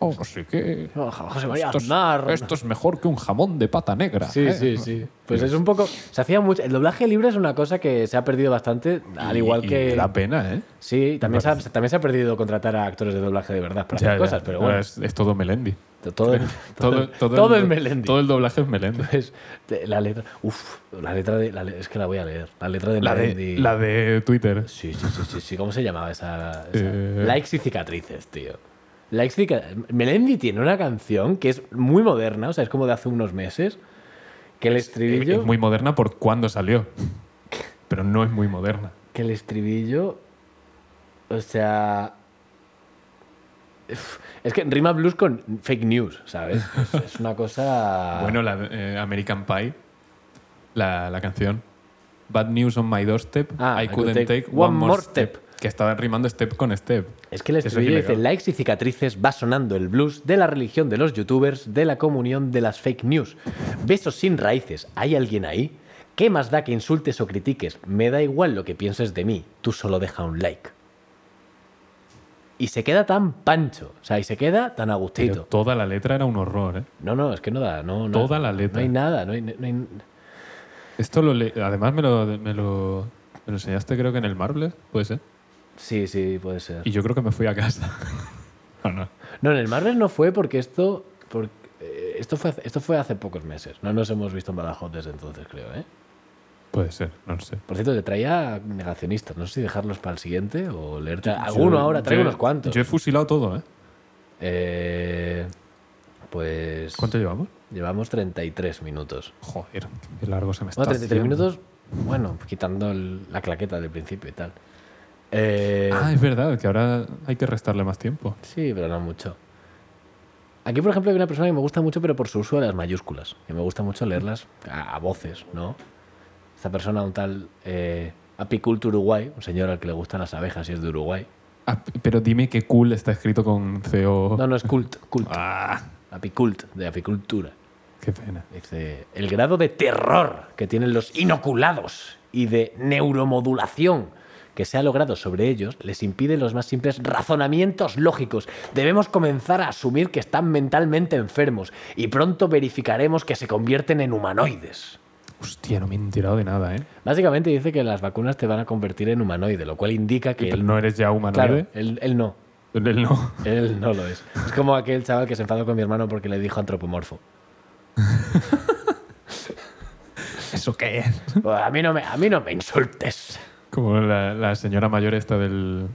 Oh, sí que. Oh, José María esto es- Aznar. esto es mejor que un jamón de pata negra. Sí, ¿eh? sí, sí. Pues es un poco. Se hacía mucho. El doblaje libre es una cosa que se ha perdido bastante, al Y- igual y que. da pena, ¿eh? Sí, y también se, ha, también se ha perdido contratar a actores de doblaje de verdad para Ya, hacer ya. cosas, pero Ahora bueno. Es, es todo Melendi. Todo, todo, Todo, todo es Melendi. Todo el doblaje es Melendi. Pues, te- la letra. Uf, la letra de. la le- es que la voy a leer. La letra de La de, Melendi. la de Twitter. Sí, sí, sí, sí, sí. ¿Cómo se llamaba esa? esa? Eh. Likes y cicatrices, tío. Likes y cicatrices. Melendi tiene una canción que es muy moderna, o sea, es como de hace unos meses. Que el estribillo. Es muy moderna por cuándo salió. Pero no es muy moderna. que el estribillo. O sea. uf, Es que rima blues con fake news, ¿sabes? Es, es una cosa. Bueno, la de, eh, American Pie, la, la canción. Bad news on my doorstep. Ah, I couldn't take, one, more step. Que estaba rimando step con step. es que el Eso es estribillo dice: ilegal. likes y cicatrices va sonando el blues de la religión de los youtubers, de la comunión de las fake news. Besos sin raíces, ¿hay alguien ahí? ¿Qué más da que insultes o critiques? Me da igual lo que pienses de mí, tú solo deja un like. Y se queda tan pancho, o sea, y se queda tan a Pero gustito. toda la letra era un horror, ¿eh? No, no, es que no da. No, no, Toda la letra. No hay nada. No hay, no hay- Esto lo le- además me lo, me, lo, me lo enseñaste creo que en el Marble, puede ser. Sí, sí, puede ser. Y yo creo que me fui a casa. no, no. No, en el Marvel no fue porque esto. por- eh, esto, fue hace, esto fue hace pocos meses. No nos hemos visto en Badajoz desde entonces, creo, ¿eh? Puede ser, no lo sé. Por cierto, te traía negacionistas. No sé si dejarlos para el siguiente o leerte. Alguno Yo- ahora, traigo yo- unos cuantos. Yo he fusilado todo, ¿eh? Eh, pues. ¿Cuánto llevamos? Llevamos 33 minutos. Joder, qué largo se me está Bueno, 33 haciendo. minutos, bueno, quitando el- la claqueta del principio y tal. Eh, Ah, es verdad, que ahora hay que restarle más tiempo. Sí, pero no mucho. Aquí, por ejemplo, hay una persona que me gusta mucho, pero por su uso de las mayúsculas. Que me gusta mucho leerlas a, a voces, ¿no? Esta persona, un tal eh, Apiculto Uruguay, un señor al que le gustan las abejas y es de Uruguay. Ah, p- pero dime que cool está escrito con CO. No, no, es cult, cult. Ah, Apicult, de apicultura. qué pena. Dice, el grado de terror que tienen los inoculados y de neuromodulación que se ha logrado sobre ellos les impide los más simples razonamientos lógicos. Debemos comenzar a asumir que están mentalmente enfermos y pronto verificaremos que se convierten en humanoides. Hostia, no me he enterado de nada, ¿eh? Básicamente dice que las vacunas te van a convertir en humanoide, lo cual indica que Pero él, no eres ya humanoide. claro, él, él no, Él no. él no lo es. Es como aquel chaval que se enfadó con mi hermano porque le dijo antropomorfo. ¿Eso qué es? A mí no me, a mí no me insultes. Como la, la señora mayor esta del,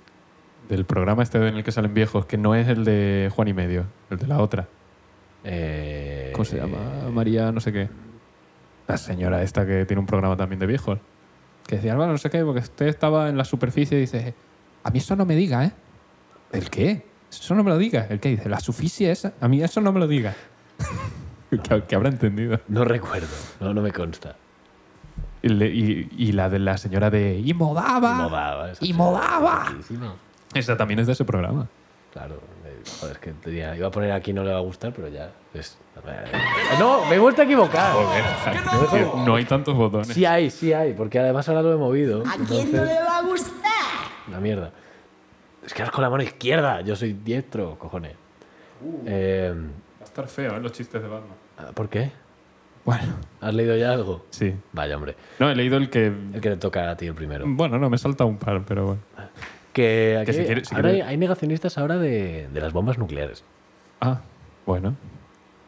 del programa este en el que salen viejos, que no es el de Juan y Medio, el de la otra. Eh, ¿Cómo se llama? María no sé qué. La señora esta que tiene un programa también de viejos. Que que decía, Álvaro, no sé qué, porque usted estaba en la superficie y dice, a mí eso no me diga, ¿eh? ¿El qué? Eso no me lo diga. ¿El qué? Dice, la superficie esa, a mí eso no me lo diga. que, que habrá entendido. No recuerdo, no, no me consta. Y, le- y- y la de la señora de ¡Y modaba! Y modaba, eso ¡Y sí. modaba! Riquísimo. Esa también es de ese programa. Claro, eh, joder, es que tenía- iba a poner aquí no le va a gustar, pero ya. es- eh, No, me he vuelto a equivocar. Tío, no hay tantos botones. Sí hay, sí hay, porque además ahora lo he movido. ¿A quién no entonces- le va a gustar? Una mierda. Es que vas con la mano izquierda. Yo soy diestro, cojones. Eh, Va a estar feo, ¿eh? Los chistes de Batman. ¿Por qué? Bueno, ¿Has leído ya algo? sí. Vaya, hombre. No, he leído el que... El que te toca a ti el primero. Bueno, no, me salta un par, pero bueno. Que, aquí- Mm. si quiere- si ahora quiere- hay, hay negacionistas ahora de, de las bombas nucleares. Ah, bueno.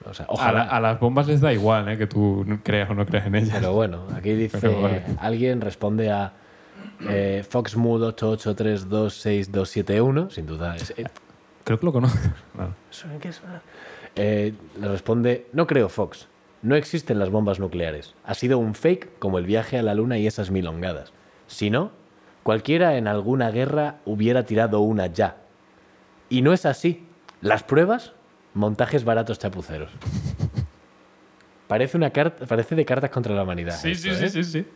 O sea, A, ojalá. la- a las bombas les da igual, ¿eh? Que tú no creas o no creas en ellas. Pero bueno, aquí dice Pero bueno. alguien responde a eh, foxmood883262271, sin duda. Es, eh, Creo que lo conozco. Vale. ¿suena qué suena? Eh, le responde, no creo Fox, no existen las bombas nucleares. Ha sido un fake como el viaje a la luna y esas milongadas. Si no, cualquiera en alguna guerra hubiera tirado una ya. Y no es así. Las pruebas, montajes baratos chapuceros. Parece, una carta, parece de cartas contra la humanidad. Sí, sí, esto, sí, ¿eh? sí, sí.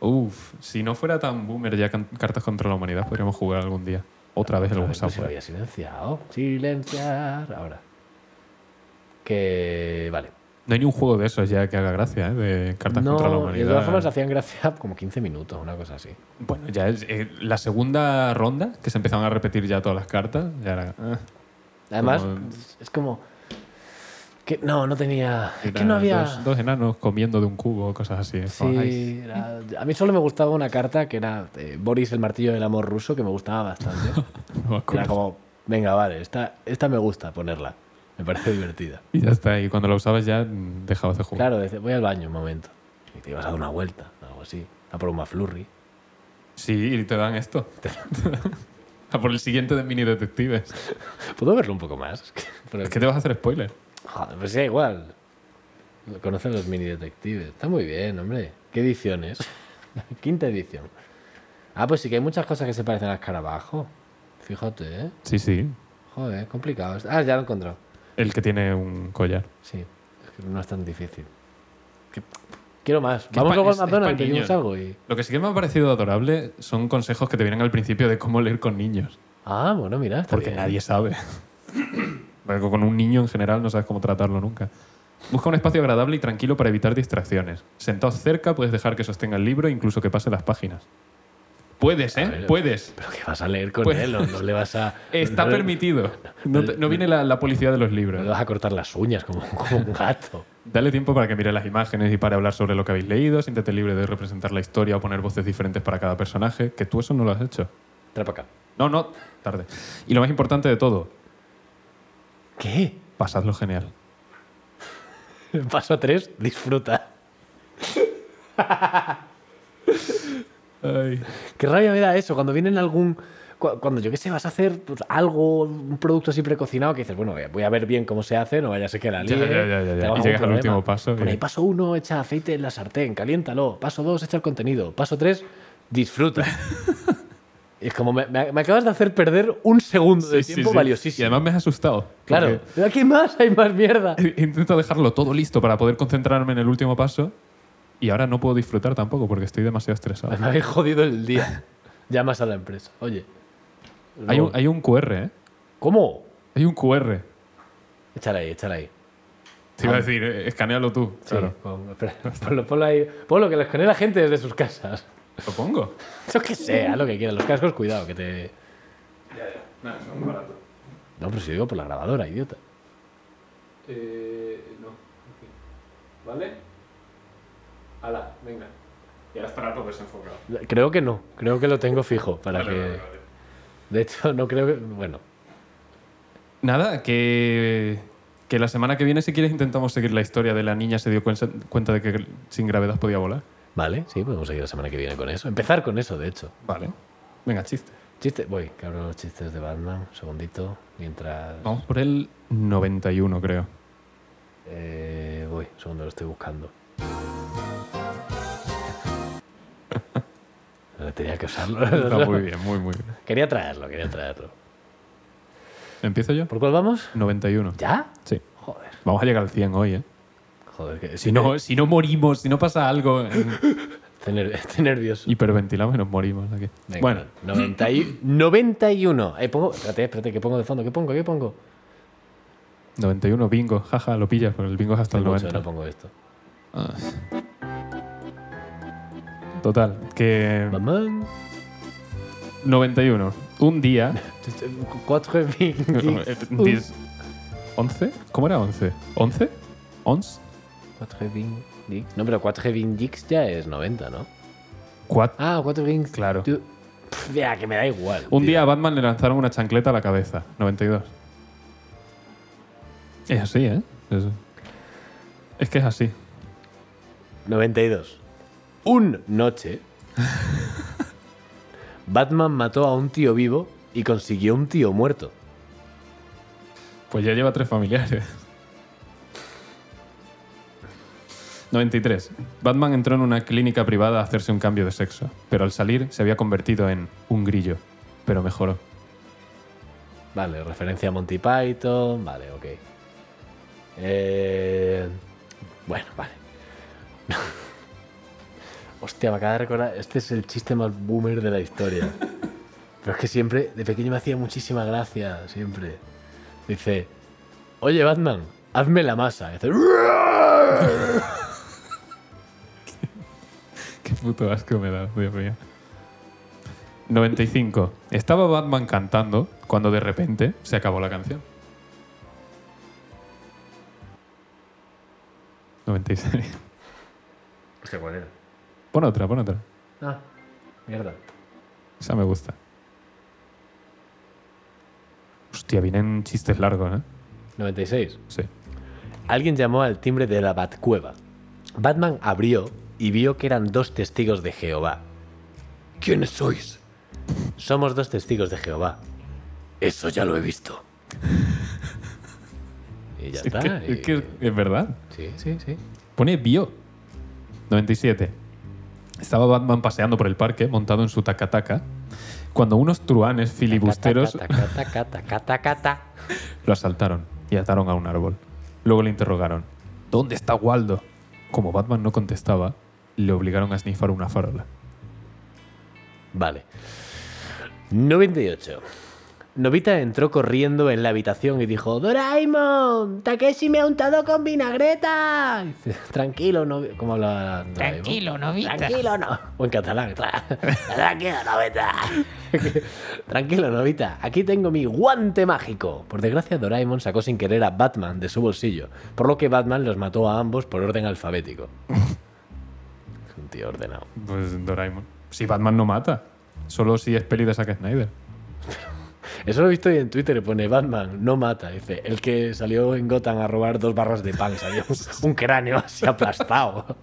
Uf, si no fuera tan boomer ya can- Cartas contra la Humanidad, podríamos jugar algún día. Otra vez el Otra vez no WhatsApp. se pues había silenciado. Silenciar. Ahora. Que. Vale. No hay ni un juego de esos ya que haga gracia, ¿eh? De Cartas No, contra la y de todas formas Humanidad. hacían gracia como 15 minutos, una cosa así. Bueno, ya es eh, la segunda ronda, que se empezaban a repetir ya todas las cartas. Ya era, ah, Además, Como- es como. Que, no, no tenía. Es que eran no había. Dos, dos enanos comiendo de un cubo, cosas así. Es como, ay, Sí, era- a mí solo me gustaba una carta que era eh, Boris el martillo del amor ruso, que me gustaba bastante. no me acuerdo. era como, venga, vale, esta, esta me gusta ponerla. Me parece divertida. Y ya está, y cuando lo usabas ya mm, dejabas de jugar. Claro, dice, voy al baño un momento. Y te ibas a dar una vuelta, algo así. A por un McFlurry. Sí, y te dan esto. a por el siguiente de Mini Detectives. ¿Puedo verlo un poco más? Es que- pero- Es que te vas a hacer spoiler. Joder, pues da igual. Lo Conocen los mini detectives. Está muy bien, hombre. ¿Qué edición es? La Quinta edición. Ah, pues sí que hay muchas cosas que se parecen al escarabajo. Fíjate, ¿eh? Sí, sí. Joder, complicado. Ah, ya lo he encontrado. El que tiene un collar. Sí. Es que no es tan difícil. Que- Quiero más. Que Vamos es luego al pa- es- es McDonald's, pa' pedimos niños. algo y... Lo que sí que me ha parecido adorable son consejos que te vienen al principio de cómo leer con niños. Ah, bueno, mira. está Porque bien. nadie sabe. Porque con un niño en general no sabes cómo tratarlo nunca. Busca un espacio agradable y tranquilo para evitar distracciones. Sentado cerca puedes dejar que sostenga el libro e incluso que pase las páginas. Puedes, ¿eh? ver. Puedes. Pero que vas a leer con Pues- él, o no le vas a... Está no le- permitido. No, te- no viene la, la policía de los No le libros. vas a cortar las uñas como, como un gato. Dale tiempo para que mire las imágenes y para hablar sobre lo que habéis leído. Siéntete libre de representar la historia o poner voces diferentes para cada personaje. Que tú eso no lo has hecho. Trae para acá. No, no, tarde. Y lo más importante de todo, ¿Qué? pasadlo genial. Paso 3, disfruta. Qué rabia me da eso, cuando vienen algún... cu- Cuando yo qué sé, vas a hacer pues, algo, un producto así precocinado que dices, bueno, voy a- voy a ver bien cómo se hace, no vaya a ser que la Ya, líe. ya, ya, ya, ya. tengamos Y llegas algún al último problema. paso Pone y- ahí, paso 1, echa aceite en la sartén, caliéntalo. Paso 2, echa el contenido. Paso 3, disfruta. Y es como, me, me- me acabas de hacer perder un segundo de Sí, sí, tiempo sí. Y valiosísimo. además me has asustado. claro, pero aquí hay más, hay más mierda. porque he- Intento dejarlo todo listo para poder concentrarme en el último paso y ahora no puedo disfrutar tampoco porque estoy demasiado estresado. Me habéis jodido el día. Llamas a la empresa. Oye. Hay no- un, hay un QR, ¿eh? ¿Cómo? Hay un QR. Échala ahí, échala ahí. Te iba a decir, eh, escanealo tú. Ah. Sí, Claro. pon- espera, ponlo, ponlo ahí. Ponlo, que lo escanee la gente desde sus casas. Lo pongo. Eso que sea, lo que quieras. Los cascos, cuidado, que te. No, pero si digo por la grabadora, idiota. Eh, ¿Vale? Hala, venga. Y ahora estará todo desenfocado. Creo que no. Creo que lo tengo fijo para que. De hecho, no creo que. Bueno, Nada, que, que la semana que viene, si quieres, intentamos seguir la historia de la niña se dio cuen- cuenta de que sin gravedad podía volar. vale, sí, podemos seguir la semana que viene con eso. Empezar con eso, de hecho. Vale. Venga, chiste. Chiste. Voy, que abro los chistes de Batman. Un segundito. Mientras. Vamos por el 91, creo. Eh, voy, un segundo, lo estoy buscando. tenía que Está muy usarlo. bien, muy, muy bien. quería traerlo, quería traerlo. ¿Empiezo yo? ¿Por cuál vamos? 91. ¿Ya? Sí. Joder, Vamos a llegar al 100 hoy, ¿eh? joder. que- Si no, si no morimos, si no pasa algo, eh, Estoy, ner- estoy nervioso. hiperventilamos y nos morimos. aquí. Venga, Bueno, 90 y- 91. Eh, pongo, espérate, espérate, ¿qué pongo de fondo? ¿Qué pongo? ¿Qué pongo? 91, bingo. Jaja, lo pillas, pero el bingo es hasta el Hay mucho, 90. no pongo esto. Total, que Mamá. 91. Un día... 4 dis- ¿11? ¿Cómo era 11? ¿11? ¿11? 4 Vindix. No, pero 4 Vindix ya es 90, ¿no? ¿Cuatro? Ah, 4 Vindix. Claro. Tú- Pff, Mira, que me da igual. Un tío. día a Batman le lanzaron una chancleta a la cabeza. 92. Es así, ¿eh? Es, es que es así. 92. Un noche. Batman mató a un tío vivo y consiguió un tío muerto. Pues ya lleva tres familiares. 93. Batman entró en una clínica privada a hacerse un cambio de sexo, pero al salir se había convertido en un grillo, pero mejoró. Vale, referencia a Monty Python. Vale, ok. Eh, bueno, vale. Hostia, me acaba de recordar. Este es el chiste más boomer de la historia. Pero es que siempre, de pequeño me hacía muchísima gracia, siempre. Dice, oye Batman, hazme la masa. Y hace, Qué puto asco me da, Dios mío. 95. Estaba Batman cantando cuando de repente se acabó la canción. 96. Hostia, ¿cuál era? Pon otra, pon otra. Ah, mierda. Esa me gusta. Hostia, vienen chistes largos, ¿eh? 96. Sí. Alguien llamó al timbre de la Batcueva. Batman abrió y vio que eran dos testigos de Jehová. ¿Quiénes sois? Somos dos testigos de Jehová. Eso ya lo he visto. Y ya Es, está. eh. que- es y- que es verdad. Sí, sí, sí. Pone bio. 97. Estaba Batman paseando por el parque montado en su tacataca cuando unos truanes filibusteros Taca, taca, taca, taca, taca. Lo asaltaron y ataron a un árbol. Luego le interrogaron, ¿dónde está Waldo? Como Batman no contestaba, le obligaron a snifar una farola. Vale. 98. Novita entró corriendo en la habitación y dijo: ¡Doraemon! ¡Takeshi me ha untado con vinagreta! Y dice, Tranquilo, no. ¿Cómo hablaba Doraemon? Tranquilo, novita. Tranquilo, no. O en catalán. tra- Tranquilo, Novita. Tranquilo, Novita. Aquí tengo mi guante mágico. Por desgracia, Doraemon sacó sin querer a Batman de su bolsillo, por lo que Batman los mató a ambos por orden alfabético. Es un tío ordenado. Pues Doraemon. Si Batman no mata, solo si es peli de Zack Snyder. Eso lo he visto hoy en Twitter, pone Batman, no mata. Dice, el que salió en Gotham a robar dos barras de pan, salió un, un cráneo así aplastado.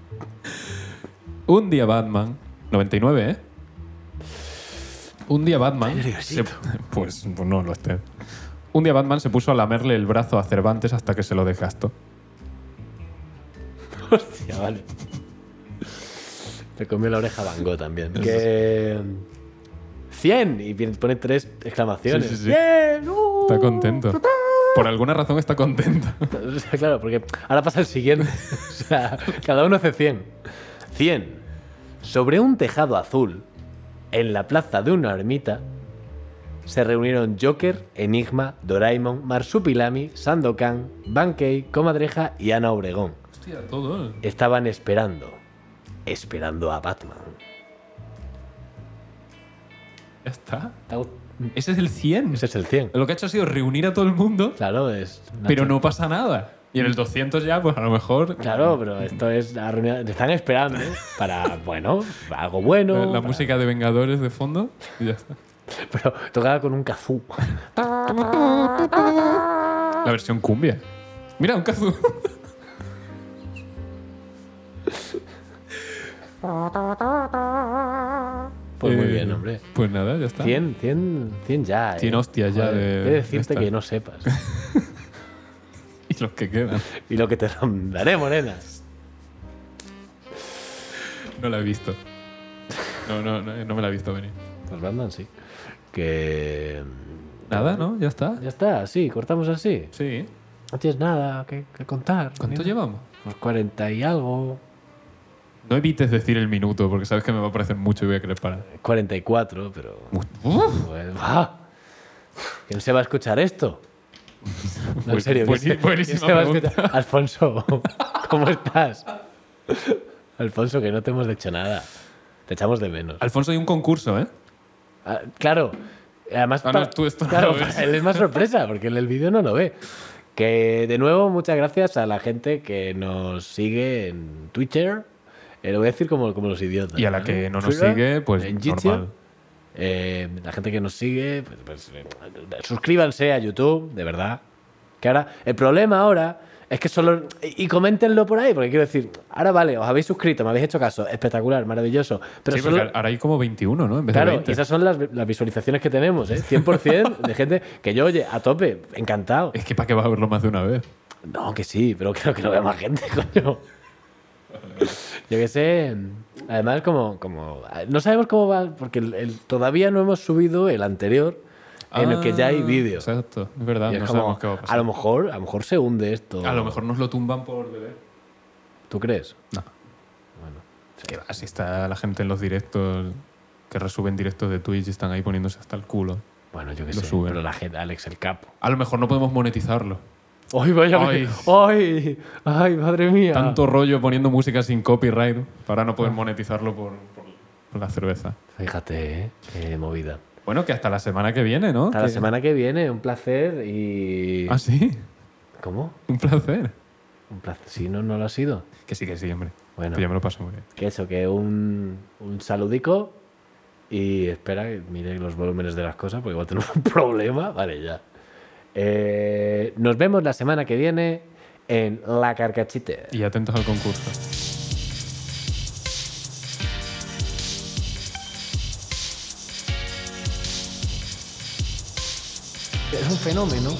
Un día Batman, 99, ¿eh? Un día Batman... se- pues, pues no lo esté. Un día Batman se puso a lamerle el brazo a Cervantes hasta que se lo desgastó. Hostia, vale. Le comió la oreja a Van Gogh también. Que... 100 y viene- pone tres exclamaciones. Sí, sí, sí. ¡Bien! ¡Uh! Está contento. Por alguna razón está contento. O sea, claro, porque ahora pasa el siguiente. O sea, cada uno hace 100. 100. Sobre un tejado azul, en la plaza de una ermita, se reunieron Joker, Enigma, Doraemon, Marsupilami, Sandokan, Bankei, Comadreja y Ana Obregón. Hostia, todo. ¿eh? Estaban esperando. Esperando a Batman. Ya está. Tau- Ese es el 100. Ese es el 100. Lo que ha hecho ha sido reunir a todo el mundo, Claro, es. pero no pasa nada. Y en el 200 ya, pues a lo mejor Claro, pero esto es. la reunión- te Están esperando ¿eh? para, bueno, algo bueno. la, la para- música de Vengadores de fondo y ya está. Pero tocaba con un cazú. La versión cumbia. Mira, un cazu. Pues muy Eh, bien, hombre. Pues nada, ya está. 100, 100, 100 ya. eh. 100 hostias ya de- Voy a decirte esta. que no sepas. Y los que quedan. y lo que te rondaré, morenas. No la he visto. No, no, no, no me la he visto venir. Pues Batman sí. Que. Nada, ¿no? Ya está. Ya está, sí, cortamos así. Sí. No tienes nada que, que contar. ¿Cuánto Ni- llevamos? Pues 40 y algo. No evites decir el minuto, porque sabes que me va a parecer mucho y voy a querer parar. 44, pero. Uf, Pues, ¡ah! ¿Quién se va a escuchar esto? No, en Buen- serio. ¿quién se- bueni- buenísima quién se va a pregunta. escuchar? Alfonso, ¿cómo estás? Alfonso, que no te hemos dicho nada. Te echamos de menos. Alfonso, hay un concurso, ¿eh? Ah, claro. Además, Ah, pa- no, tú esto no claro, lo ves. para él es más sorpresa, porque él el vídeo no lo ve. Que de nuevo, muchas gracias a la gente que nos sigue en Twitter. Eh, lo voy a decir como, como los idiotas. Y a la ¿vale? que no nos Twitter, sigue, pues, en Jitsi. normal. Eh, la gente que nos sigue, pues, pues, eh, suscríbanse a YouTube, de verdad. Que ahora, el problema ahora es que solo. Y, y coméntenlo por ahí, porque quiero decir, ahora vale, os habéis suscrito, me habéis hecho caso, espectacular, maravilloso. Pero sí, solo, porque ahora hay como 21, ¿no? En vez de Claro, y 20. esas son las, las visualizaciones que tenemos, ¿eh? 100% de gente que yo, oye, a tope, encantado. Es que para qué vas a verlo más de una vez. No, que sí, pero creo que lo vea más gente, coño. Yo qué sé. Además, como, como. No sabemos cómo va, porque el- el- todavía no hemos subido el anterior en el que ya hay Ah, vídeos. Exacto, es verdad. Y es no como, sabemos qué va a a pasar. lo mejor, a lo mejor se hunde esto. A lo mejor nos lo tumban por beber. ¿Tú crees? No. Bueno. Que va, si está la gente en los directos que resuben directos de Twitch y están ahí poniéndose hasta el culo. Bueno, yo qué Lo sé. suben. Pero la gente, Alex, el capo. A lo mejor no podemos monetizarlo. ¡Ay, vaya! Ay. ¡Ay! ¡Ay! madre mía! Tanto rollo poniendo música sin copyright para no poder monetizarlo por, por- por la cerveza. Fíjate, ¿eh? Qué movida. Bueno, que hasta la semana que viene, ¿no? Hasta la Que- semana que viene, un placer y. Ah, sí. ¿Cómo? Un placer. Un placer. Si no, no lo ha sido. Que sí, que sí, hombre. Bueno. Pues ya me lo paso muy bien. Que eso, que un, un saludico y espera, que mire los volúmenes de las cosas porque igual tenemos un problema. Vale, ya. Eh, nos vemos la semana que viene en La Carcachite. Y atentos al concurso. Es un fenómeno.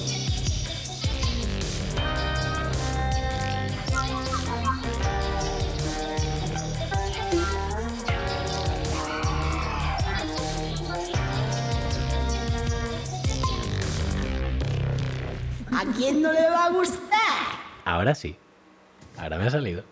¿A quién no le va a gustar? Ahora sí. Ahora me ha salido.